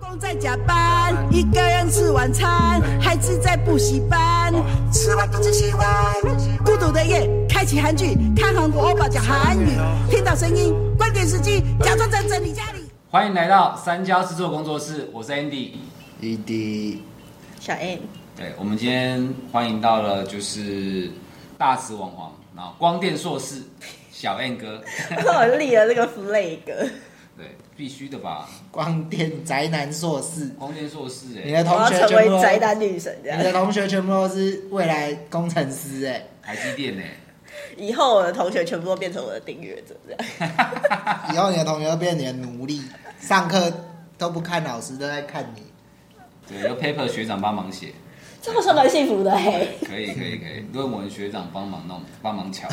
公在加班，一个人吃晚餐，孩子在补习班，吃完肚子洗碗。孤独的夜，开启韩剧，看韩国欧巴讲韩语，听到声音，关点时机，假装在整理家里。欢迎来到三家制作工作室，我是 Andy。 E D 小 M，对，我们今天欢迎到了就是大石王皇，然后光电硕士小 N 哥， 我立了这个 flag，对，必须的吧？光电宅男硕士，光电硕士哎、你的我同要学成全部为都宅男女神这你的样。同学全部都是未来工程师哎、台积电哎、以后我的同学全部都变成我的订阅者这样。 以后你的同学都变你的奴隶，上课都不看老师，都在看你。 对，由 Paper 学长帮忙写， 这么说蛮幸福的欸嘿。可以可以可以，论文学长帮忙弄，帮忙瞧，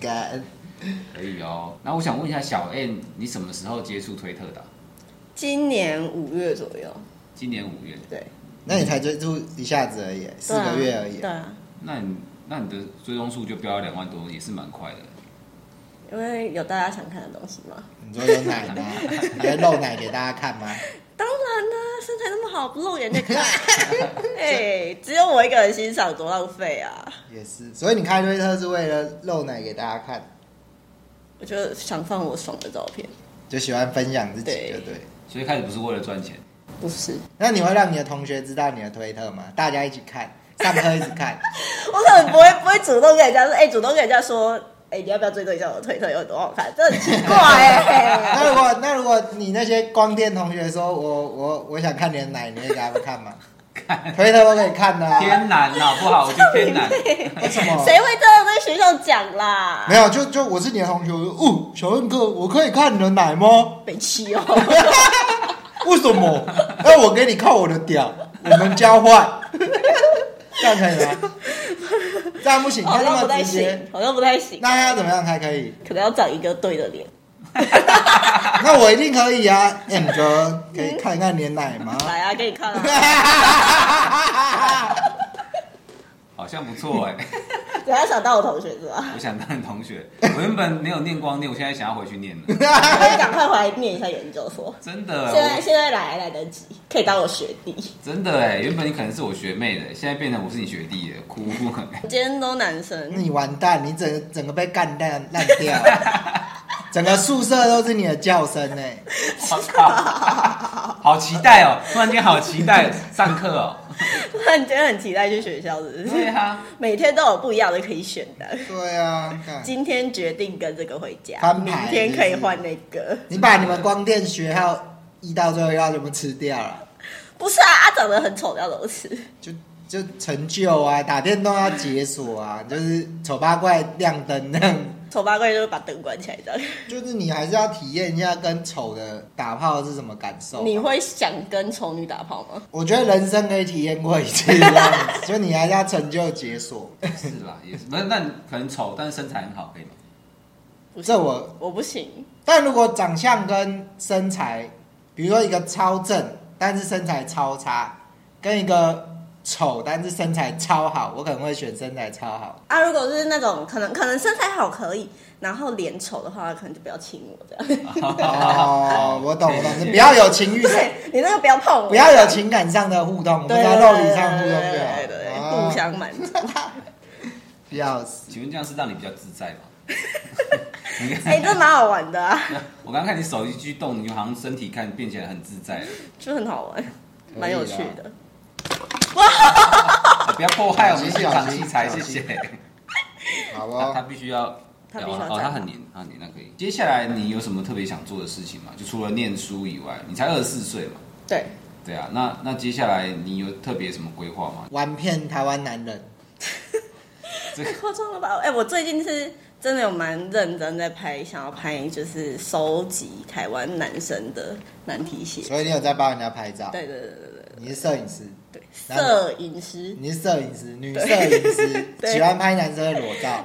感可以哦。那我想问一下小 N，你什么时候接触推特的啊、今年五月左右，今年五月，对，那你才接触一下子而已，四个月而已啊对。啊，那你那你的追踪数就飙到两万多，也是蛮快的。因为有大家想看的东西嘛。你说有奶吗？ 你在露奶给大家看吗？当然啦、身材那么好，不露眼就看。 哎，只有我一个人欣赏，多浪费啊！也是，所以你开推特是为了露奶给大家看，我就想放我爽的照片，就喜欢分享自己，对对不对？所以开始不是为了赚钱，不是。那你会让你的同学知道你的推特吗？大家一起看，上课一起看，我可能不会不会主动跟人家说，哎、主动跟人家说，哎、你要不要追踪一下我的推特有多好看？这很奇怪哎、那如果那如果你那些光电同学说我我我想看你的奶，你会给他们看吗？推特都可以看的、啊，天南呐、不好，我觉得天 南。为什么？谁会这样在学校讲啦？没有，就就我是你的同学，我说哦，小恩哥，我可以看你的奶 吗？北七哦，为什么？那我给你看我的屌，我们交换，这样可以吗？这样不行，好他像那不么太直接行，，好像不太行，那要怎么样才可以？可能要长一个对的脸。那我一定可以啊，M 哥，可以看一看你的奶 吗？来啊，给你看 啊，好像不错哎、等下想当我同学是吧？ 我想当你同学。我原本没有念光念，我现在想要回去念了，我会赶快回来念一下研究所。真的。现在啊我现在来来得及，可以当我学弟。真的哎、原本你可能是我学妹的、现在变成我是你学弟耶，哭。 今天都男那生，你完蛋，你整整个被干烂烂掉，整个宿舍都是你的叫声欸呢、我靠，好期待哦、突然间好期待上课哦、那你今天很期待去学校是不对是？啊，每天都有不一样的可以选的。对啊，看今天决定跟这个回家，翻明牌天可以换那个。你把你们光电学号一到最后一号全部吃掉了，不是啊，他长得很丑，要怎么吃？就就成就啊，打电动要解锁啊，就是丑八怪亮灯那样，丑八怪就是把灯关起来这样。就是你还是要体验一下跟丑的打炮是什么感受。你会想跟丑女打炮吗？我觉得人生可以体验过一次这样子，就你还是要成就解锁。是啦，也是。那那你可能丑，但是身材很好，可以吗？不行这我我不行，但如果长相跟身材，比如说一个超正，但是身材超差，跟一个丑但是身材超好，我可能会选身材超好。啊！如果是那种可能可能身材好可以，然后脸丑的话，可能就不要亲我这样。哦，我懂我懂，你不要有情欲上，对你那个不要碰我，不要有情感上的互动，我们对只对要肉对体上互动对就好。对对对，哦互相满足。不要 死。请问这样是让你比较自 在吗？哎，这蛮好玩的啊， 我刚刚看你手一举动，你好像身体看变起来很自在了、就很好玩，蛮有趣的。 啊不要破坏我们现小场心器材，小谢心谢。 好哦不他他好？必须要，他必须要哦，站他很黏，他很黏，那可以。接下来你有什么特别想做的事情吗？就除了念书以外，你才二十四岁嘛，对，对啊。那那接下来你有特别什么规划吗？玩遍台湾男人，太夸张了吧？哎、我最近是真的有蛮认真在拍，想要拍就是收集台湾男生的难题鞋。所以你有在帮人家拍照，对对对对你是摄影师，对对，然后摄影师你是摄影师，女摄影师 对喜欢拍男生的裸 照，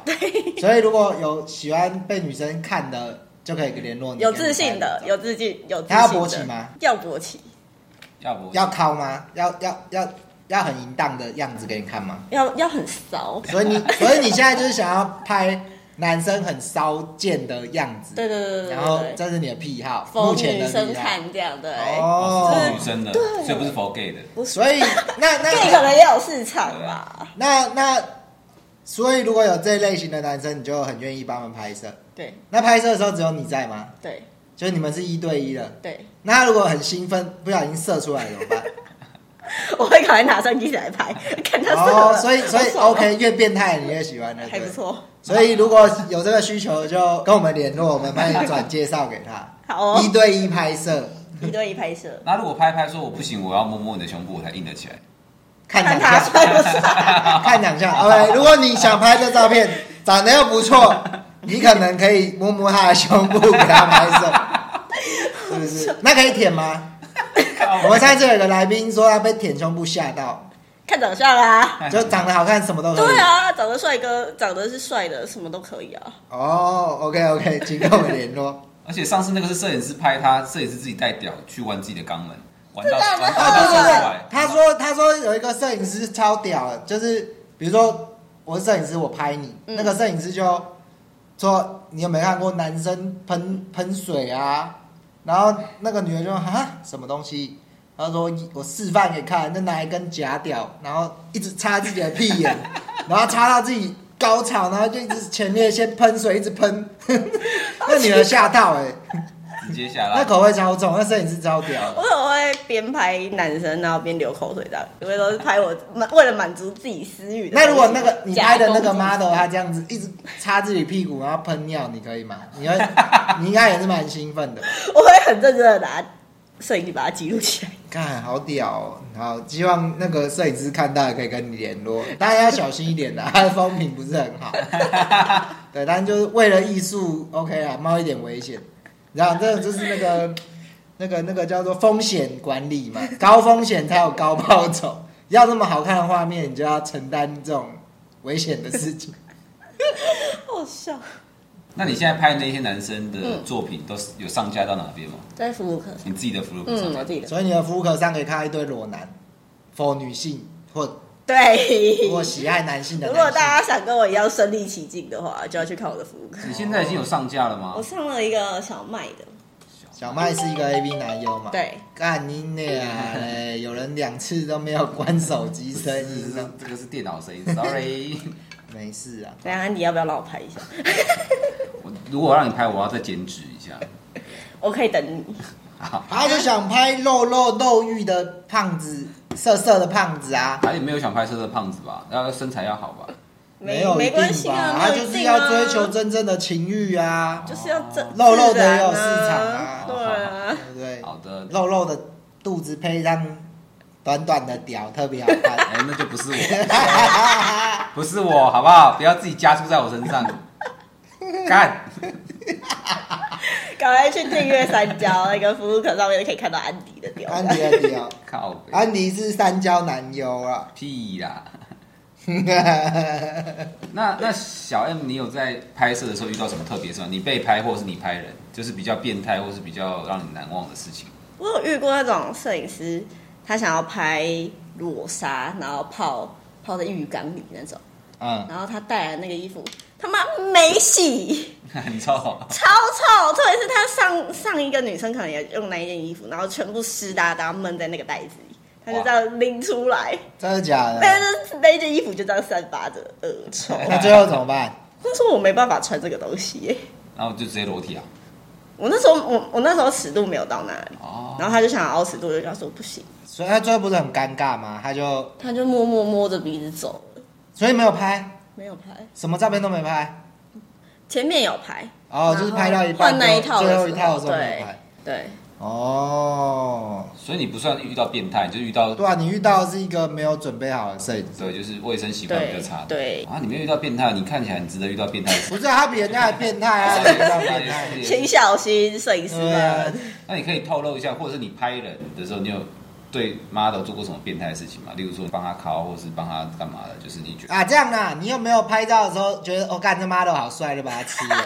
所以如果有喜欢被女生看的，就可以联络你。有自信的，跟你拍裸照有自信，有自信的他要勃起吗？要勃起，要不要靠吗？要要要要很淫荡的样子给你看吗？要要很骚。 所以你所以你现在就是想要拍男生很骚贱的样子，对对对对对，然后对这是你的癖好，哦目逢前女的生癖好。看这样对。哦，哦是，女生的，所以不是 for gay 的。所以那那 这可能也有市场吧，那那，所以如果有这类型的男生，你就很愿意帮他们拍摄。对那拍摄的时候只有你在吗？对就是你们是一对一的。对，那他如果很兴奋，不小心射出来怎么 办？我会赶快拿相机来 拍，看他射哦了，所以所以好爽哦 OK，越变态你越喜欢的，还不对。错，所以如果有这个需求，就跟我们联络，我们帮你转介绍给他。好 哦一对一拍摄，一对一拍摄，那如果拍拍说我不行，我要摸摸你的胸部，我才硬得起来。看看长他相，帅不帅。 看长相。OK，如果你想拍这照片，长得又不 错，你可能可以摸摸他的胸部给他拍摄， 是不是？那可以舔吗？ 我们上次有个来宾说他被舔胸部吓到，看长相啦。就长得好看什么都可以。哎对啊，长得帅哥，长得是帅的，什么都可以啊。哦、o k OK，请跟我们联络。而且上次那个是摄影师拍他，摄影师自己带屌去玩自己的肛门，玩到这当然玩好到啊他对射对出对来，。他说他说有一个摄影师超屌的，就是比如说我是摄影师，我拍你，嗯那个摄影师就说你有没有看过男生喷喷水啊？然后那个女的就说啊什么东西？他说我示范给你看，就拿一根假屌，然后一直插自己的屁 眼，然后插到自己高潮，然后就一直前列腺喷水，一直 喷，那女的吓到哎、直接下 那来。口味超重，那摄影师超屌的。 我有会边拍男生，然后边流口水这样，因为都是拍我满为了满足自己私欲的东西。那如果那个你拍的那个假公主 model 他这样子一直擦自己屁股，然后喷尿，你可以吗？你会，你应该也是蛮兴奋的吧？我会很认真的拿摄影机把它记录起来。看，好屌、哦！好，希望那个摄影师看到也可以跟你联络，当然要小心一点啦， 他的风评不是很 好。对，但就是为了艺术，OK 啦，冒一点危险。然后这个就是那个那个那个叫做风险管理嘛，高风险才有高报酬。要那么好看的画面，你就要承担这种危险的事 情。好笑，那你现在拍的那些男生的作品都是有上架到哪边吗？在服务课。你自己的 f l 嗯，上我架？自己的。所以你的服务课上可以看到一堆裸男，否女性或对，或喜爱男性的如男果性。大家想跟我一样身临其境的话，就要去看我的服务课。你现在已经有上架了吗我？上了一个小麦的，小麦是一个 A V 男优嘛？对，干你娘嘞！有人两次都没有关手机不声是音， 这这个是电脑声音，sorry。 没事啊。等一下安迪要不要让我拍一下？我如果让你拍，我要再剪纸一下。我可以等你。他就想拍肉肉肉欲的胖子，色色的胖子啊，还有没有想拍摄的胖子吧？要身材要好吧？没有一没定吧关？系啊，他没有就一是定啊要追求，真正的情欲啊，就是要真肉肉的自然也有市场啊对啊，对不对？好的，肉肉的肚子配上短短的屌，特别好看。 哎、那就不是我，不是我，好不好？不要自己加注在我身上，干！赶快去订阅三角那个服务课上面可以看到安迪的屌。安迪的屌，靠北，安迪是三焦男优啊。 屁啦！那那小 M，你有在拍摄的时候遇到什么特别事吗？你被拍，或是你拍人，就是比较变态，或是比较让你难忘的事情？我有遇过那种摄影师，他想要拍裸沙，然后泡泡在浴缸里那种，嗯，然后他带来那个衣服，他妈没洗， 很臭，超臭。特别是他上上一个女生可能也用那一件衣服，然后全部湿哒哒闷在那个袋子里，他就这样拎出来，真的假的？但是那一件衣服就这样散发着恶臭。那最后怎么办？那时候我没办法穿这个东西耶、然后就直接裸体啊！我那时候我我那时候尺度没有到那里，哦，然后他就想要凹尺度，我就跟他说不行，所以他最后不是很尴尬吗？他就他就默默摸着鼻子走了，所以没有拍，没有拍。什么照片都没拍，前面有拍，哦，然后就是拍到一半换那一套的最时候后一套的时候没有对拍。对，哦，所以你不算遇到变态，你就遇到对啊，你遇到的是一个没有准备好的摄影师，对，就是卫生习惯比较对差的。对，啊，你没有遇到变态，你看起来很值得遇到变态。不是啊他比人家还变态啊，比人家还变态。请小心摄影师对啊们。，那你可以透露一下，或者是你拍人的时候，你有对 model 做过什么变态的事情吗？例如说帮他烤，或是帮他干嘛的？就是你觉得 啊这样啊，你有没有拍照的时候觉得哦，干这 model 好帅，就把他吃了？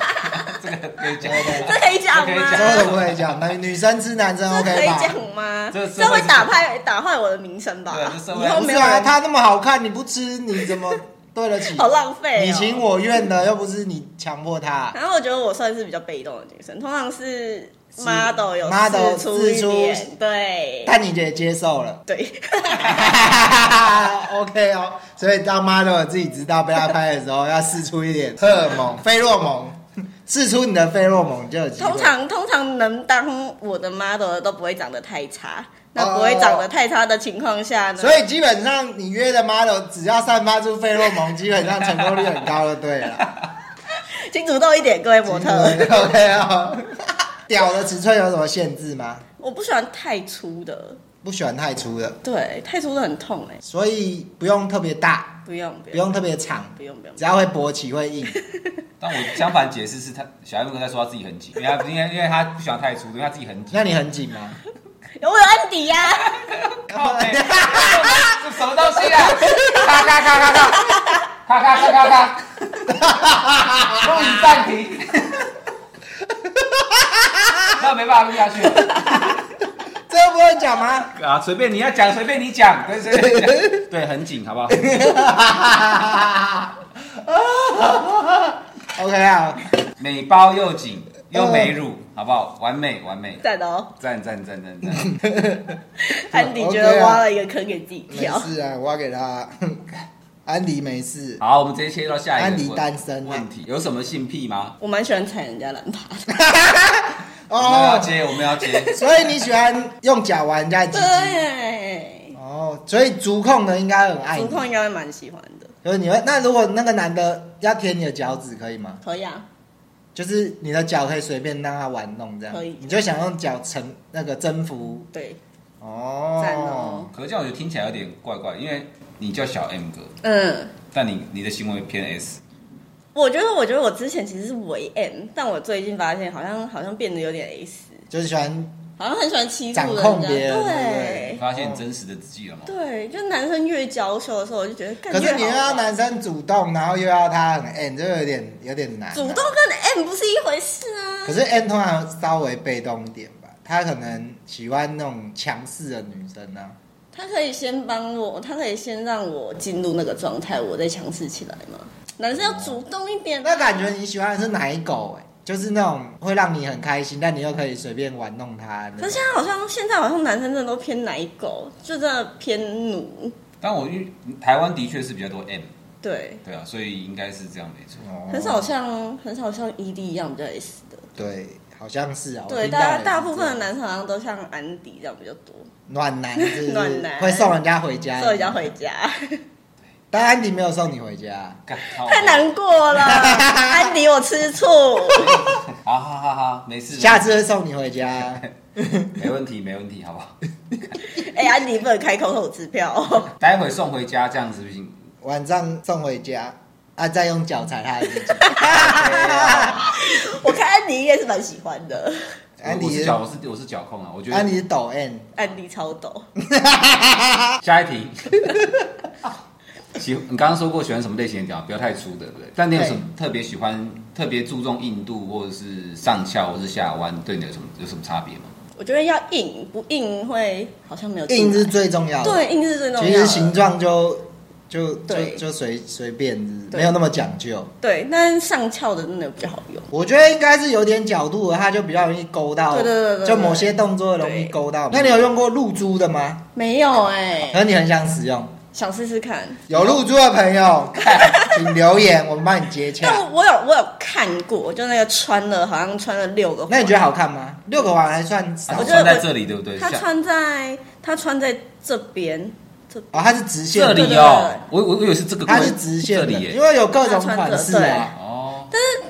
这个可以讲，这可以讲这可以吗？讲这个不可以讲，那女生吃男生 这可 OK 以吧？讲吗？这这社会会是打坏打坏我的名声吧对这？社会以后不没是有啊，人他那么好看，你不吃你怎么对得起， 好浪费、哦。你情我愿的，又不是你强迫他。然后我觉得我算是比较被动的女生，通常是 model 有 model 出一试出点，对但你也接受了对， ，OK 哦。所以当 model 自己知道被他拍的时候，要试出一点荷尔蒙、菲洛蒙，试出你的菲洛蒙就有机会。通常通常能当我的 model 的都不会长得太差。那不会长得太差的情况下呢？所以基本上你约的 model 只要散发出费洛蒙，基本上成功率很高就对 了。请主动一点，各位模特。 OK 哦。屌的尺寸有什么限制吗？我不喜欢太粗的，不喜欢太粗的，对，太粗的很痛哎、所以不用特别大，不用不不用特别长，不用不用，只要会勃起会硬。但我相反解释是他小 M 跟他说他自己很紧，因为他因为因为他不喜欢太粗，因为他自己很紧。那你很紧吗？有我有安迪呀、靠北，这什么东西啊？咔咔咔咔咔，咔咔咔咔咔，录影暂停。那没办法录下去了 这个不会讲吗？啊！随便你要讲，随便你讲，对，随便你讲，对，很紧，好不好？ OK 啊，美包又紧又美乳，好不好？完美，完美，赞哦！赞赞赞赞赞！安迪觉得挖了一个坑给自己没跳。事啊，我要给他。安迪没事，好，我们直接切到下一个安迪问单身啊问题，有什么性癖吗？我蛮喜欢踩人家懒趴 的，我们要哦，接，我们要接。所以你喜欢用脚玩人家哎的鸡鸡？对，哦，所以足控的应该很爱你主。控应该会蛮喜欢的。就是你会那如果那个男的要舔你的脚趾可以吗？可以啊，就是你的脚可以随便让他玩弄这样，可以你就想用脚成那个征服对，哦赞哦可是这样我觉得听起来有点怪怪，因为你叫小 M 哥，嗯，但你你的行为偏 S，我觉得，我觉得我之前其实是为 M，但我最近发现好像好像变得有点 S，就是喜欢好像很喜欢欺负掌控人家，别人你对发现真实的自己了吗？对，就男生越娇羞的时候，我就觉得，干可是你又越好要玩男生主动，然后又要他很 N，就有点有点难啊、主动跟 M 不是一回事啊。可是 N 通常稍微被动一点吧，他可能喜欢那种强势的女生啊。他可以先帮我，他可以先让我进入那个状态，我再强势起来嘛。男生要主动一点，啊那感觉你喜欢的是奶狗哎、就是那种会让你很开心，但你又可以随便玩弄他的那种。可是现在好像现在好像男生真的都偏奶狗，就真的偏奴，但我遇台湾的确是比较多 M，对，对啊，所以应该是这样没错。哦很少像很少像 ED 一样比较 S 的，对，好像是啊。我对，听到大家也是大部这样分的男生好像都像安迪这样比较多，暖男是不是 暖男会送人家回家，所以我要回，家，但安迪没有送你回家。干好太难过 了，安迪我吃醋，好好好好，没事，下次会送你回家，没问题没问题，好不好？哎、安迪不能开口头支票哦，待会送回家这样子不行。晚上送回家，啊，再用脚踩他的自己。我看安迪应该是蛮喜欢的，安我迪是是脚，我是我是脚控啊，我觉安得。迪是抖 N，安迪超抖。下一题。 喜，你刚刚说过喜欢什么类型的脚，不要太粗的，对不对？但你有什么特别喜欢、特别注重硬度，或者是上翘，或是下弯，对你有什么有什么差别吗？我觉得要硬，不硬会好像没有进硬来是最重要的。，对硬是最重要其的。实形状就就就对就随随便，是不是对没有那么讲究。对，但上翘的真的比较好用。我觉得应该是有点角度的，它就比较容易勾到，对对对对对就某些动作容易勾到。对那你有用过露珠的吗？没有哎、可是你很想使用，想试试看。有露珠的朋 友，请留言，我们帮你接洽但。我我有我有看过，就那个穿了好像穿了六个环，那你觉得好看吗？六个环还算少它我觉穿得我在这里，对不对？他下穿在他穿在这边，这哦，它是直线这的，里哦，我我我以为是这个位，它是直线这的，里因耶。为有各种款式啊。哦，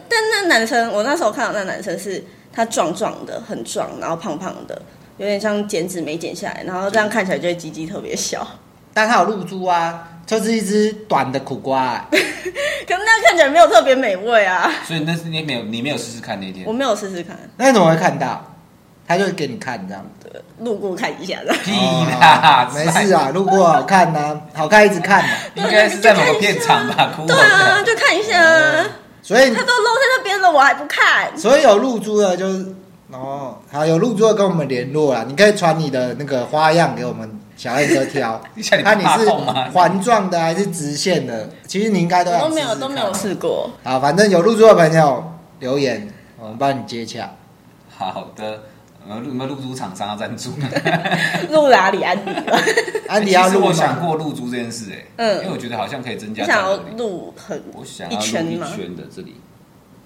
但那男生我那时候看到那男生是他壮壮的，很壮，然后胖胖的，有点像减脂没减下来，然后这样看起来就会鸡鸡特别小。 但它有露珠啊，就是一只短的苦瓜、啊可是那看起来没有特别美味啊。所以那是你没有你没有试试看那一天我，没有试试看，那你怎么会看到？它就给你看这样。路过看一下的。屁啦，没事啊，路过好看呐、好看一直看嘛。应该是在某个片场吧，哭对啊，就看一下啊，所以他都露在那边了，我还不看。所以有露珠的就是哦，好有露珠的跟我们联络啦，你可以传你的那个花样给我们小爱车挑你想你，不那你怕是痛吗环状的还是直线的？其实你应该都我啊想都没有试试都没看有试过。好，反正有入住的朋友留言，我们帮你接洽。好的，呃，有没有入租厂商要赞 助？哎入哪里安啊迪 吧？安迪要其实录我吗？想过入租这件事、哎，嗯因为我觉得好像可以增你加想要战斗力入很我想一要入圈一吗？圈的这里，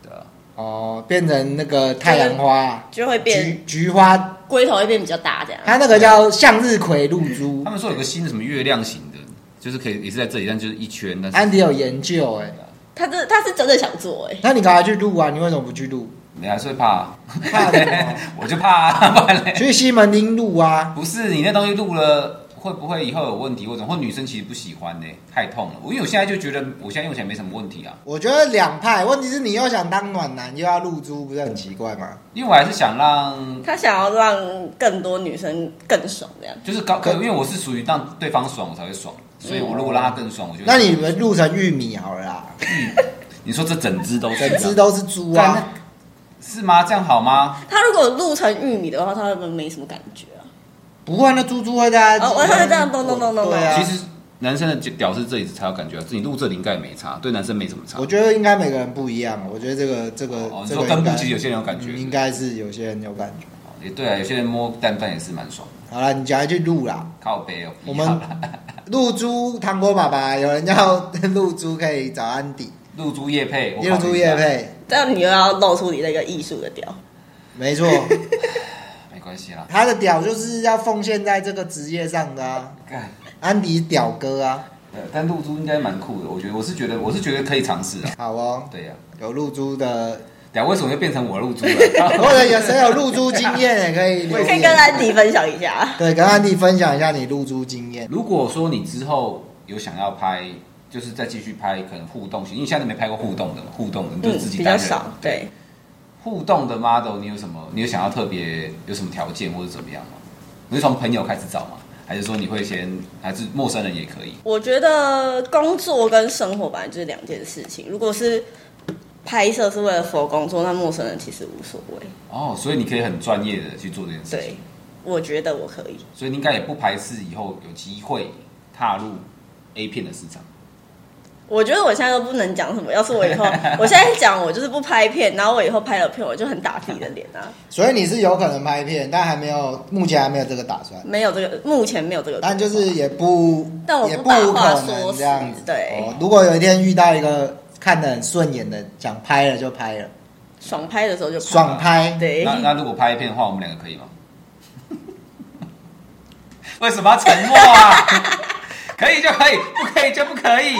对啊，哦，变成那个太阳花、就会变菊菊花，龟头会变比较大这样。它那个叫向日葵露珠他。们说有个新的什么月亮型的，就是可以也是在这里，但就是一圈，但是安迪有研究哎、他这他是真的想做哎、那你赶快去录啊！你为什么不去录？你还是会怕，怕什么？ 我就怕、啊，不然嘞去西门町录啊！不是你那东西录了，会不会以后有问题？或者或女生其实不喜欢呢、太痛了。我因为我现在就觉得，我现在用起来没什么问题啊，我觉得两派，问题是你又想当暖男，又要露珠，不是很奇怪吗？因为我还是想让，他想要让更多女生更爽这样。就是高，可因为我是属于让对方爽我才会爽，所以我如果让他更爽，我就那你们录成玉米好了啦，你说这整只都是啊整只都是猪干啊！那是吗？这样好吗？他如果录成玉米的话，他会不会没什么感觉啊？不会，那猪猪会在哦我会这样咚咚咚咚咚对啊，其实男生的屌是这里才有感觉啊，自己录这里应该也没差，对男生没什么差我。觉得应该每个人不一样。我觉得这个这个哦，你这说个根应部该其实有些人有感觉，嗯应该是有些人有感觉。哦也对啊，有些人摸蛋蛋也是蛮爽的，好了，你赶快去录啦。靠背哦。我们露珠糖果爸爸，有人要露珠可以找安迪，露珠叶配，我露考珠虑一下叶，配，这样你又要露出你那个艺术的屌。没错，没关系啦。他的屌就是要奉献在这个职业上的啊。干，安迪屌哥啊，呃但露珠应该蛮酷的，我觉得，我是觉得，我是觉得可以尝试啊。好哦，对呀、有露珠的，等下为什么会变成我露珠了？ 或者有谁有露珠经验也可以留可以言跟安迪分享一下。对，跟安迪分享一下你露珠经验。如果说你之后有想要拍，就是再继续拍，可能互动型，因为你现在都没拍过互动的嘛，互动的你就嗯是自，己比单较人、少。对，互动的 model，你有什么？你有想要特别有什么条件或者怎么样吗？你是从朋友开始找吗？还是说你会先，还是陌生人也可以？我觉得工作跟生活本来就是两件事情。如果是拍摄是为了否工作，那陌生人其实无所谓。哦，所以你可以很专业的去做这件事对情，，我觉得我可以。所以你应该也不排斥以后有机会踏入 A 片的市场。我觉得我现在都不能讲什么。要是我以后，我现在讲我就是不拍片，然后我以后拍了片，我就很打自己的脸啊。所以你是有可能拍片，但还没有，目前还没有这个打算。没有这个，目前没有这个。但就是也不，但我也不不把无话可说能死这样子。对哦，如果有一天遇到一个看得很顺眼的，想拍了就拍了，爽拍的时候就拍爽拍。对，那那如果拍 A 片的话，我们两个可以吗？ 为什么要沉默啊？ 可以就可以，不可以就不可以。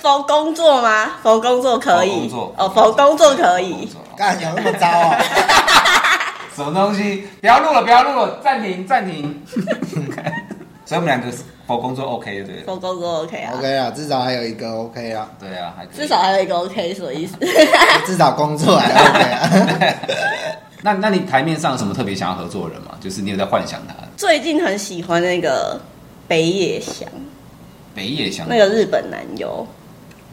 否工作吗？否工作可以。否工作哦，否工作可否以工。作好干讲那么糟啊！什么东西？不要录了，不要录了，暂停，暂停。 所以我们两个否工作 OK 的，对不对否工作 OK 啊 OK 啦，至少还有一个 OK 啦，对啊，还可以至少。还有一个 OK 是什么 意思？至少工作还 OK 啊。那那你台面上有什么特别想要合作的人吗？就是你有在幻想他最近很喜欢那个北野祥，北野祥那个日本男优，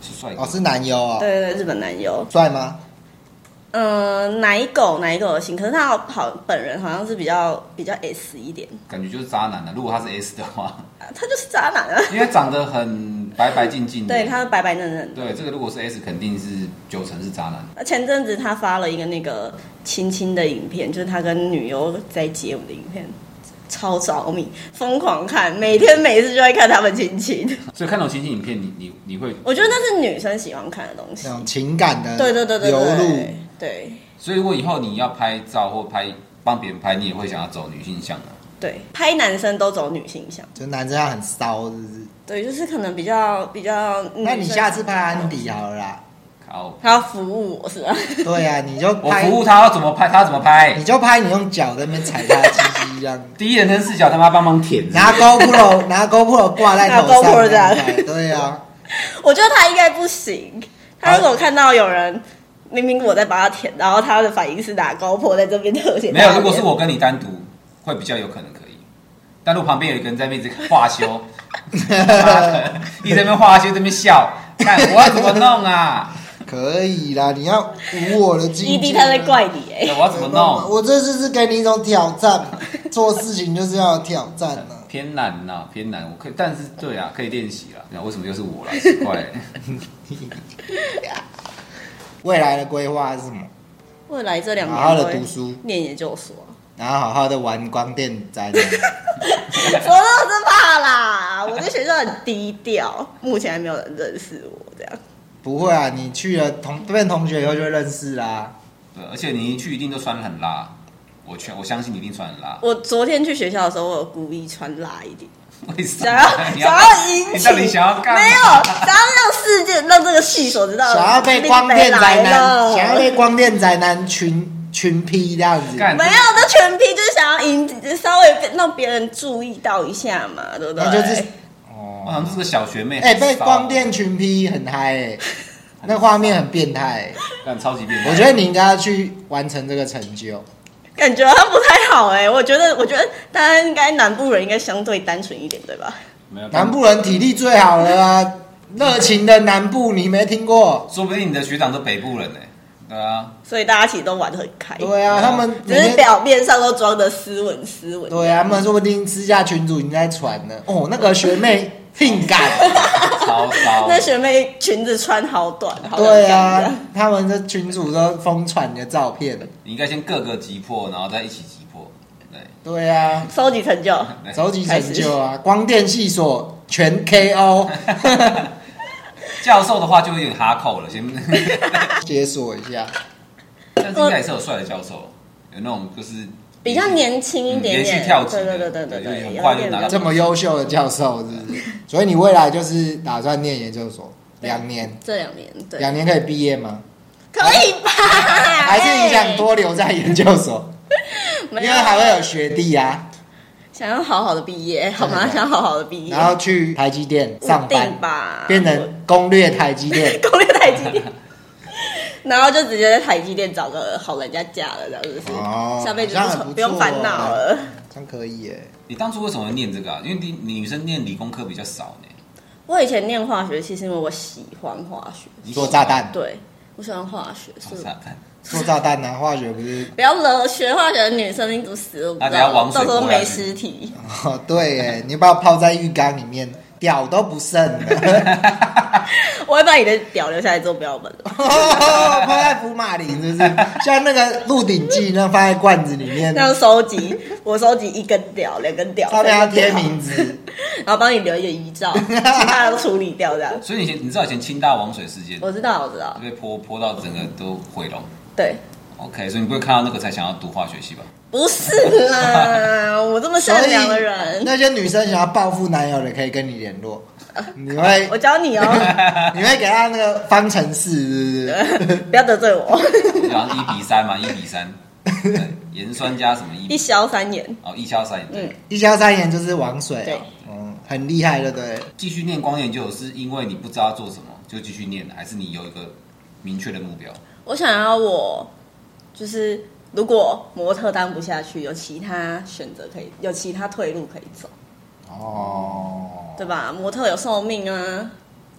是帅哥哦，是男优哦，对对对，日本男优，帅吗？嗯，奶狗奶狗的型，可是他好本人好像是比较比较 S 一点，感觉就是渣男的。如果他是 S 的话， 啊他就是渣男啊，因为长得很白白净净的。对他白白嫩嫩的。对这个如果是 S，肯定是九成是渣男。那前阵子他发了一个那个亲亲的影片，就是他跟女优在接吻的影片，超着迷，疯狂看，每天每次就会看他们亲亲。 所以看到情景影片，你你你会，我觉得那是女生喜欢看的东西嗯那。种情感的对对对对流对露，对所以如果以后你要拍照或拍帮别人拍，你也会想要走女性向的。对，拍男生都走女性向，就男生要很骚，是不是？对，就是可能比较比较嗯女生。那你下次拍安迪好了啦。好，他要服务我是吧？ 对啊，你就我拍，服务他要怎么拍，他要怎么拍你。就拍，你用脚在那边踩他的鸡鸡 这样。第一人称视角，他妈帮忙舔。拿 GoPro 拿 GoPro 挂在头上拿 GoPro 这样这拍，对啊，我觉得他应该不行。他如果看到有人明明我在帮他舔，然后他的反应是打高坡在这边特写，没有，如果是我跟你单独，会比较有可能可以。但如果旁边有一个人在那边一直 画修，妈的一啊直在那边画修，在那边笑，看我要怎么弄啊？ 可以啦，你要无我的境界。啊，ED，E 他在怪你哎、 对我要怎么弄？我这次是给你一种挑战，做事情就是要挑战啊。偏难呐、偏难。我可以，但是对啊，可以练习啦。那为什么又是我啦？奇怪，未来的规划是什么？未来这两年好好地都会读书念研究所。然后好好的玩光电展览， 我都是怕啦， 我对学校很低调，目前还没有人认识我这样。不会啊，你去了同变同学以后就会认识啦。对，而且你一去一定都穿得很辣，我全我相信你一定穿得很辣。我昨天去学校的时候，我有故意穿辣 一点，为什想么 要？你想要引你起，到底想要干嘛？没有，想要让世界让这个系所知道，想要被光电宅呃来男，想要了。被光电宅男群群批这样 子。干没有，这全批就是想要引，稍微让别人注意到一下嘛，对不对？那就我是好哦，像是个小学妹，哎、很被骚光电群批很嗨、 欸，那画面很变态、欸。干超级变态。我觉得你应该要去完成这个成就。感觉他不太好哎、我觉得，我觉得大家应该南部人应该相对单纯一点，对吧？没有南，部人体力最好了啊，热情的南部你没听过？说不定你的学长都北部人呢、对啊，所以大家其实都玩得很开。对啊，他们哎只是每天表面上都装的斯文斯文。对啊，他们说不定私下群主已经在传了。哦，那个学 妹性感，超骚。那学妹裙子穿好短，好像对这啊样，他们这群主都疯传你的照片，你应该先各个击破，然后再一起击破。对，对啊，收集成就。对收集成就啊，光电系所全 KO 教授的话就有点哈扣了，先。 解锁一下。但是应该也是有帅的教授，有那种就是 比较年轻一嗯点连点，续跳级对的对对对对对对，很快就拿到这么优秀的教授是不是？所以你未来就是打算念研究所两年，这两年对，哎两年可以毕业吗？可以吧？还还是你想多留在研究所？因为还会有学弟啊，想要好好的毕业，好吗？想好好的毕业，然后去台积电上嗯稳定班，吧，。变成攻略台积电 攻略台积电。然后就直接在台积电找个好人家嫁了，这样子是哦下辈子好像很不不用错烦恼了。这样可以耶，你当初为什么会念这个啊？因为你女生念理工科比较少呢。我以前念化学系是因为我喜欢化学，你做炸弹，对我喜欢化学，做是炸弹，做炸弹啊，化学不是？ 不要惹学化学的女生，你怎么死都不啊知等下道，王水到时候泼下没去尸体。 哦，对耶，你把我泡在浴缸里面，屌都不剩 了，我会把你的屌留下来做标本了。泡在福马林是不是？像那个《鹿鼎记》那放在罐子里面这，样收集，我收集一根屌，两根屌，上面要三根贴屌，名字。然后帮你留一个 遗照，其他的都处理掉这样。所以你以前你知道以前清大王水事件我知道，我知道，被泼泼到整个都毁容。对， OK，所以你不会看到那个才想要读化学系吧？不是 啦，我这么所 善以良的人，那些女生想要报复男友的，可以跟你联 络，你会我教你 哦，你会给他那个方程式，是 不是？不要得罪我， 就好像一比三嘛，一 比三，对盐酸加什么一一比消三言。哦一硝酸盐。对嗯，一消三言就是王水、对啊，嗯，很厉害的，对。继续念光研究是因为你不知道要做什么就继续念，还是你有一个明确的目标？ 我想要我就是，如果模特当不下去，有其他选择可以，有其他退路可以走，哦，对吧？模特有寿命啊，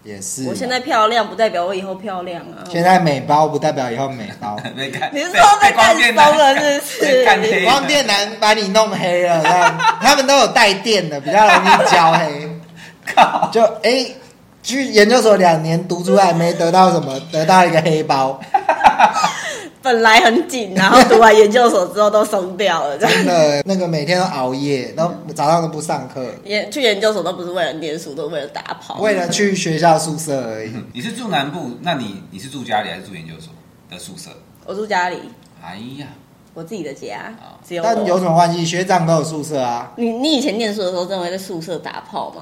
也是。我现在漂亮不代表我以后漂亮啊。 现在美包不代表以后美 包，被干，你是说被干电疯了是不是 被干黑了光电男把你弄黑了，这 样他们都有带电的，比较容易焦 黑。靠，就哎、去研究所两年读出来没得到什么，得到一个黑 包，本来很紧，然后读完研究所之后都松掉了，这样 真的那个每天都熬夜，然后早上都不上课， 研去研究所都不是为了念书，都是为了打炮。为了去学校宿舍而已。嗯你是住南部，那你你是住家里还是住研究所的宿舍？我住家里，哎呀，我自己的家哦，只有 我但有什么关系？学长都有宿舍啊，你你以前念书的时候，真的会在宿舍打炮吗？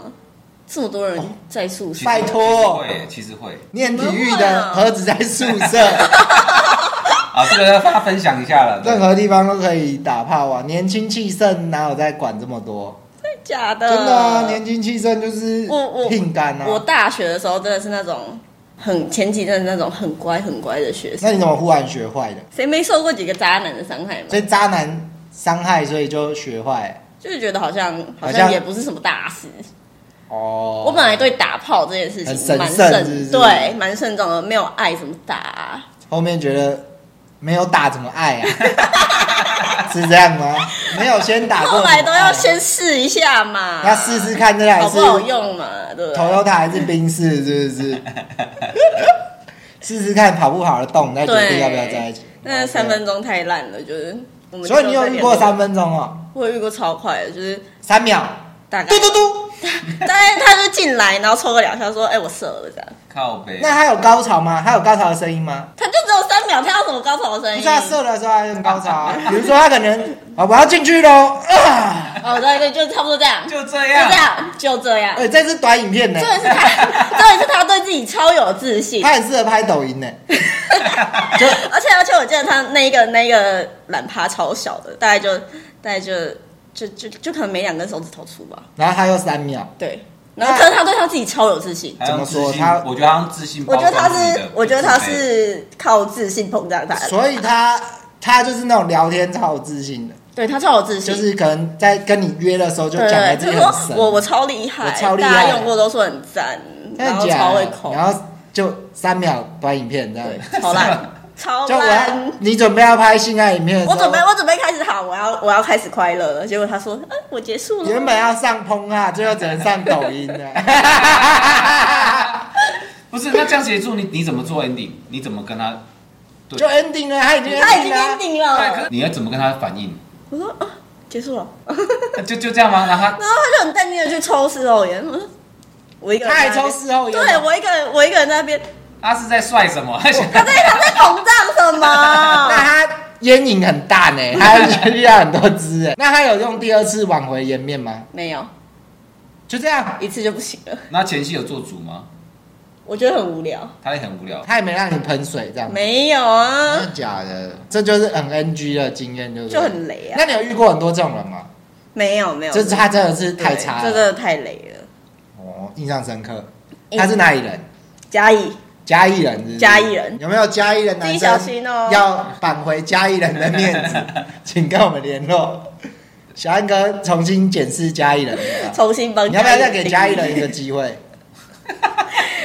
这么多人在宿舍，哦拜托，其实会，其实会念体育不会啊的何止在宿 舍，啊，这个要大家分享一下了。对任何地方都可以打炮啊！年轻气盛哪有在管这么多？真的假的？真的啊，年轻气盛就是呃我我性感啊。我大学的时候真的是那种很前几阵那种很乖很乖的学那生，你怎么忽然学坏的？谁没受过几个渣男的伤害嘛所？以渣男伤害，所以就学坏就是觉得好像好好像像也不是什么大事。哦。我本来对打炮这件事情很蛮神慎，慎是不是对，蛮慎重的，没有爱怎么打啊、后面觉得没有打怎么爱啊？ 是这样吗？没有先打过，后来都要先试一下嘛，要试试看这台好是不好用啊嘛，对不对？ Toyota 还是宾士，是不是？试试看跑不跑得动，再决定对要不要在一起。那三分钟太烂了，就是我们。所以你有遇过三？分钟哦，我有遇过超快的，就是三秒，大概嘟，嘟嘟。但是他就进来，然后抽个两下，说：“哎、我射了。”这样，靠北。那还有高潮吗？还有高潮的声音吗？他就只有三秒，他要什么高潮的声不音？是他射的时候还很高潮 啊，比如说他可能啊我要进去喽，啊，哦，对对，就差不多这样，就就这这样，样，就这样。哎，这是短影片呢重，点是 他，重点是他对自己超有自信，他很适合拍抖音呢。而且而且我记得他那个那个懒趴超小的，大概就大概就就就就可能没两根手指头粗吧。然后他又三秒，对，然后可是他对他自己超有自信，还用自怎么说信他我觉得他用自信包我觉装得他自己的不自卑，是我觉得他是靠自信膨胀他的，所以他他就是那种聊天超有自信的，对他超有自信，就是可能在跟你约的时候就对讲的对，自就己是很说神，我我超厉害，我超厉害大家用过都说很赞，真然的后假超会的？抠，然后就三秒短影片这样。 对，超烂，超就我烂要。你准备要拍性爱影片的时候，我准备，我准备开始好，我要我要开始快乐了。结果他说，嗯、我结束了。原本要上通啊，最后只能上抖音啊了。 不是？那这样结束，你你怎么做 ending？你怎么跟他？就 ending 了，他已经他已经 ending 了 ending 对可了是。你要怎么跟他反应？我说啊，结束了。就就这样吗？然后他然后他就很淡定的去抽丝肉眼。我说我一个人他还在那抽边事后烟，啊对我一个人，我一个人在那边，他是在帅什么？ 他在他在膨胀什 么？那他烟瘾很大呢，他需要很多支哎。那他有用第二次挽回颜面吗？没有就这样，一次就不行了，那前戏有做主吗？我觉得很无聊。他也很无聊。他也没让你喷水这样。没有真啊，的假的？这就是很 NG 的经验，就是就很雷啊那。你有遇过很多这种人吗？没有没有，就是他真的是对太差了，这个太雷了。哦，印象深刻。印他是哪里人？嘉义，嘉义人是不是嘉义人有没有嘉义人自男己生？小心哦要扳回嘉义人的面 子，请跟我们联络。小安哥重新检视嘉义人，重新帮你要不要再给嘉义人？人一个机会？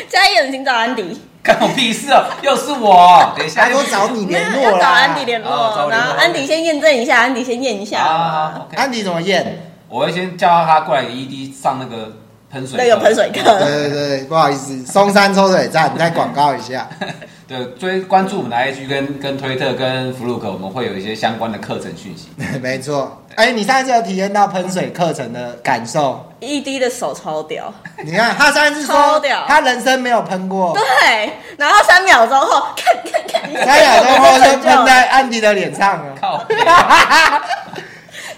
嘉义人请找安迪。干我屁事哦！又是我，等一下他又都是找你联没有络要找啦。安迪联哦找络，我然联络后安迪先验证一下，安迪先验一下啊嘛。 ，OK。安迪怎么验？我会先叫他过来给 ED 上那个喷水，那个喷水对课，呃对对，不好意思，松山抽水站再广告一下。 对，追关注我们的 IG 跟跟推特跟 Fluke，我们会有一些相关的课程讯 息。没错，哎，你上次有体验到喷水课程的感 受？一滴的手超屌，你看他上次超说屌他人生没有喷过，对，然后三秒钟 后，看看看，三秒钟后就他喷在安迪的脸上了。 靠啊北，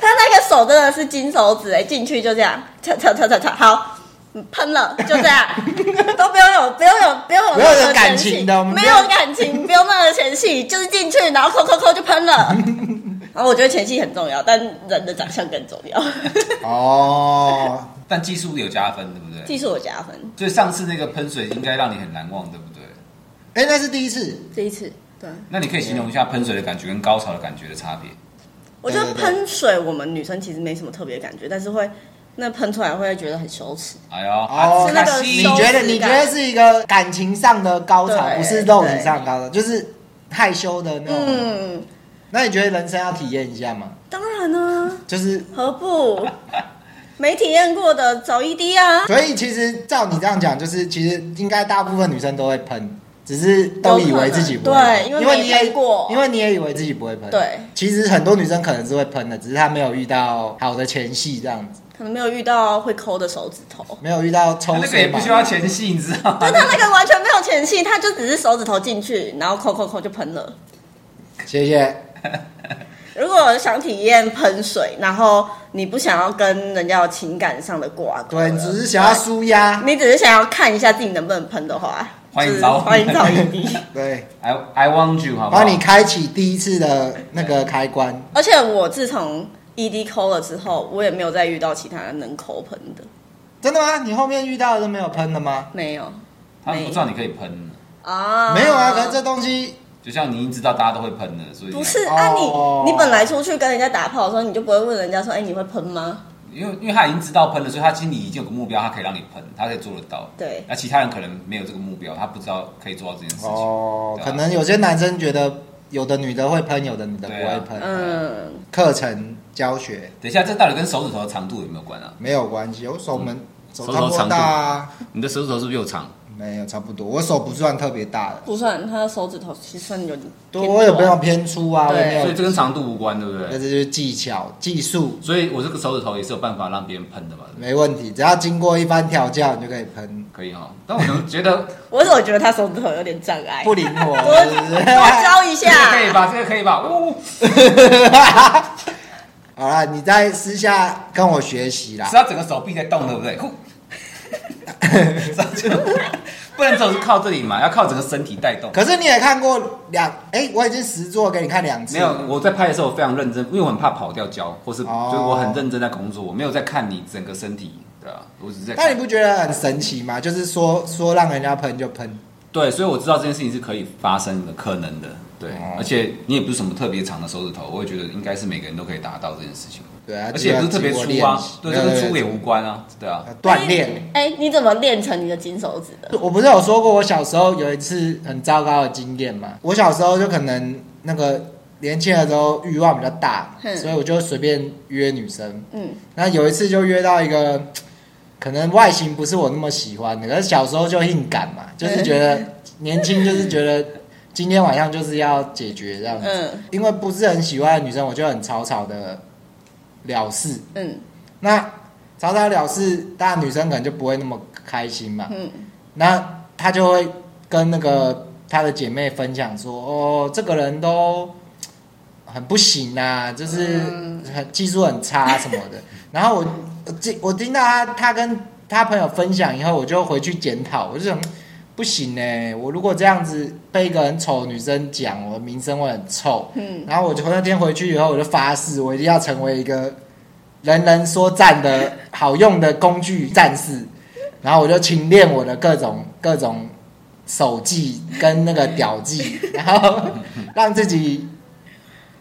那个手真的是金手指哎，进去就这样，擦擦擦擦擦，好。嗯喷了就这 样，都不用有不用有不用有不用有任何感前戏情的我们不没用有感情，不用任何前戏，就是进去然后抠抠抠就喷 了。然后我觉得前戏很重要，但人的长相更重要， 哦，但技术有加分，对不对？技术有加分。所以上次那个喷水应该让你很难忘，对不对？哎、那是第一次，这一次，对，那你可以形容一下喷水的感觉跟高潮的感觉的差别。我觉得对对对喷水，我们女生其实没什么特别的感觉，但是会那喷出来会觉得很羞耻。哎呦，哦啊是那个卡西你收觉得拾你觉感得是一个感情上的高潮，对不是肉体上的高潮，就是害羞的哦那种。嗯，那你觉得人生要体验一下吗？当然啦、 就是，何不？没体验过的找一滴 啊，所以其实照你这样讲，就是其实应该大部分女生都会喷，只是都以为自己不会喷，有可能对因因为为没你也喷过因为你也以为自己不会喷。对，其实很多女生可能是会喷的，只是她没有遇到好的前戏，这样子，可能没有遇到会抠的手指 头。啊没有遇到抽那个水也马不需要前戏，你知道 吗但？他那个完全没有前戏，他就只是手指头进去，然后抠抠抠就喷了。谢谢。如果想体验喷水，然后你不想要跟人家有情感上的挂钩对，了，你只是想哎要舒压。你只是想要看一下自己能不能喷的话，欢迎就是找我欢迎找一滴。对。 I I want you，好不好？帮你开启第一次的那个开关，而且我自从 ED 抠了之后，我也没有再遇到其他人能抠喷的，真的吗？你后面遇到的都没有喷的吗？没有他们不知道你可以喷，啊，没有啊，可是这东西就像你已经知道大家都会喷的，所以不是哦啊你，你本来出去跟人家打炮的时候，你就不会问人家说，哎、你会喷吗？因为因为他已经知道喷了，所以他心里已经有个目标，他可以让你喷，他可以做得到。对那其他人可能没有这个目标，他不知道可以做到这件事情。哦对，啊可能有些男生觉得有的女的会喷，有的女的不对啊会喷。嗯，课程教学等一下，这到底跟手指头的长度有没有关啊？没有关系，我手门手手差不头多长度大啊，你的手指头是不是又长？没有差不多，我手不算特别大的，不算，他的手指头其实算有点对偏啊我也没有短偏粗啊，我也没所有以，这跟长度无关，对不那对？这就是技巧技术。所以我这个手指头也是有办法让别人喷的嘛，没问题，只要经过一番调教，你就可以喷，可以哈。但我能觉得我总觉得他手指头有点障碍，不灵活， 多是不是？多教一这下个，可以吧，这个可以吧，呜， 好啦，你在私下跟我学习啦是。要整个手臂在动，对不对？呼 这样就不能总是靠这里嘛，要靠整个身体带动。可是你也看过两，哎、我已经实做给你看两次，没有，我在拍的时候我非常认真，因为我很怕跑掉焦，或是哦就是我很认真在工作，我没有在看你整个身体，对啊，我只是在但你看。不觉得很神奇吗？就是说说让人家喷就喷，对，所以我知道这件事情是可以发生的，可能的，对哦。而且你也不是什么特别长的手指头，我也觉得应该是每个人都可以达到这件事情，对啊，而且也不是特别经过粗练啊习，对，这跟粗对也无关啊，对啊。呃锻炼。哎、你怎么练成你的金手指的？我不是有说过我小时候有一次很糟糕的经验嘛？我小时候就可能那个年轻的时候欲望比较大嘛，嗯所以我就随便约女生。嗯，那有一次就约到一个，可能外形不是我那么喜欢的，可是小时候就硬赶嘛，就是觉得嗯年轻就是觉得今天晚上就是要解决这样子。嗯因为不是很喜欢的女生，我就很草草的了事。嗯那草草了事，当然女生可能就不会那么开心嘛。嗯，那她就会跟那个她的姐妹分享说：“哦，这个人都很不行啊，就是嗯很技术很差什么 的。”然后我我记我听到她她跟她朋友分享以后，我就回去检讨，我就想。不行呢、我如果这样子被一个很丑的女生讲，我的名声会很臭。嗯，然后我就那天回去以后，我就发誓，我一定要成为一个人人说赞的好用的工具战士。然后我就勤练我的各种各种手技跟那个屌技， 然后让自己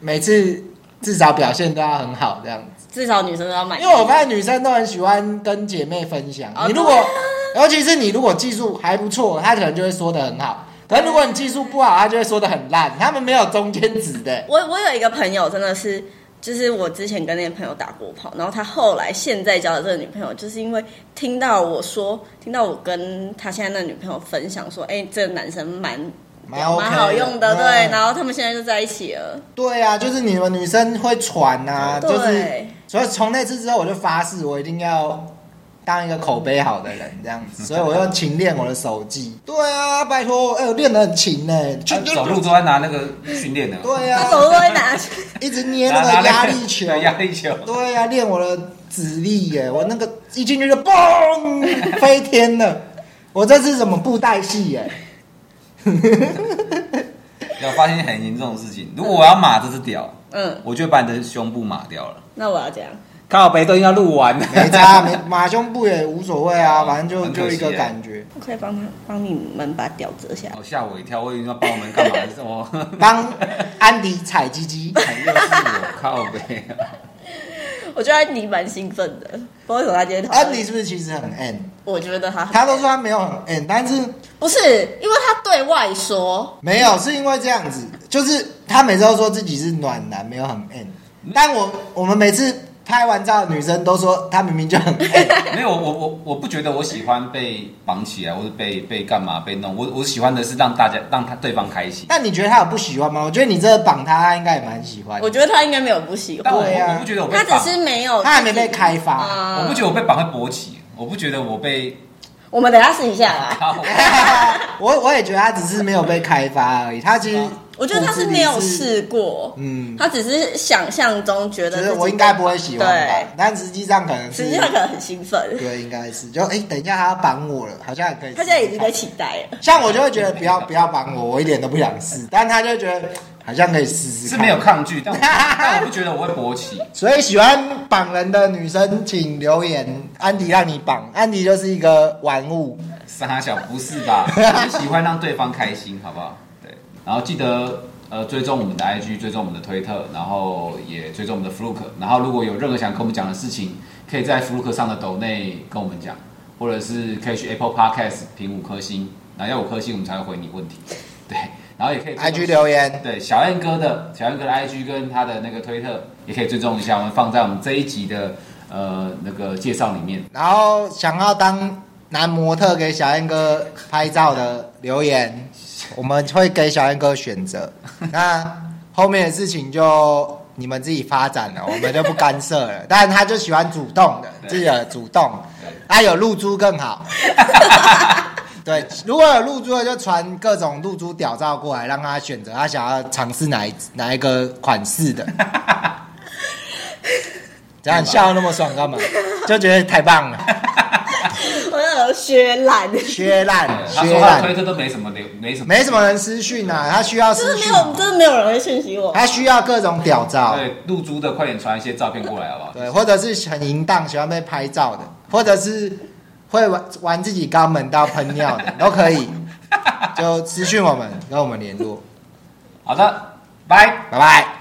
每次至少表现都要很好这样子。至少女生都要买，因为我发现女生都很喜欢跟姐妹分享啊哦，你如果 尤其是你如果技术还不错，她可能就会说的很好。可是如果你技术不好，她就会说的很烂。他们没有中间值的。我我有一个朋友，真的是，就是我之前跟那个朋友打过炮，然后他后来现在交的这个女朋友，就是因为听到我说，听到我跟他现在那个女朋友分享说，哎、这个男生蛮蛮 OK 的好用的，嗯对，然后他们现在就在一起了，对啊，就是你们女生会传啊，对，就是所以从那次之后，我就发誓我一定要当一个口碑好的人，这样 子，所以我又勤练我的手技。对啊，拜托，哎、我练得很勤呢、他啊走路都在拿那个训练的，对他啊，手都会拿去，一直捏拿那拿个啊压那个力球， 对压力球，对啊，练我的指力耶、我那个一进去就嘣 飞天了。我这是什么布袋戏 耶、要发现很严重的事情。如果我要码这只屌，嗯，我就会把你的胸部码掉了。那我要这样，靠北都已经要录完了，没 差，没马胸部也无所谓啊，反正就很可就一个惜耶感觉。我可以帮他帮你们把屌折下来，我哦吓我一跳，我以为你要帮我们 干嘛？是我 帮安迪踩鸡鸡。又是我靠北啊，我觉得你蛮兴奋的，不知道为什么他今天讨论安迪是不是其实很 N？我觉啊得他很他都说他没有很 N，但是不是，因为他对外说，没有是因为这样子，就是他每次都说自己是暖男，没有很 N。但我我们每次拍完照，女生都说她明明就很 N，没有我我我不觉得我喜欢被绑起来，或者被被干嘛被弄。我我喜欢的是让大家让他对方开心。那你觉得她有不喜欢吗？我觉得你这个绑她，她应该也蛮喜欢的。我觉得他应该没有不喜但欢，我对啊我不觉得我被他绑只，是没有，她还没被开发，啊我不觉得我被绑会勃起，我不觉得我 被 我们等一下试一下啦。靠。我我也觉得她只是没有被开发而已。她其实 我觉得他是没有试过，嗯，他只是想象中觉觉得自己得我应该不会喜欢吧对，，但实际上可能是实际上可能很兴奋，对，应该是就哎、等一下他要绑我了，好像也可以试试看。他现在已经在期待了。像我就会觉得不要不要绑我，我一点都不想试，但他就觉得好像可以试试。是没有，抗拒，但我但我不觉得我会勃起。所以喜欢绑人的女生请留言，安迪让你绑，安迪就是一个玩物。傻小不是吧？ 我喜欢让对方开心，好不好？对，然后记得呃追踪我们的 IG，追踪我们的推特，然后也追踪我们的 Fluke。然后如果有任何想跟我们讲的事情，可以在 Fluke 上的抖内跟我们讲，或者是可以去 Apple Podcast 评五颗星，然后要五颗星我们才会回你问题。对， 然后也可以追踪，IG 留言，对小燕哥的小燕哥的 IG 跟他的那个推特也可以追踪一下，我们放在我们这一集的呃那个介绍里面。然后想要当男模特给小燕哥拍照的留言，我们会给小燕哥 选择。那后面的事情就你们自己发展了，我们就不干涉 了。但他就喜欢主动的，对记得主动对。啊，有露珠更 好。对，如果有露珠的，就传各种露珠屌照过来，让他选择他想要尝试哪一哪一个款 式的。这样笑得那么爽干嘛？就觉得 太棒了。我要削烂，削烂，对他削说他的推烂，特都没什么留，没什么，没什么人私讯啊，他需要真的私没讯，有，真的没有人会讯息我。他需要各种屌照，对露珠的，快点传一些照片过来好不好？对，或者是很淫荡，喜欢被拍照的，或者是会玩玩自己肛门到喷尿的，都可以，就私讯我们，跟我们联络， 好的，拜。拜拜。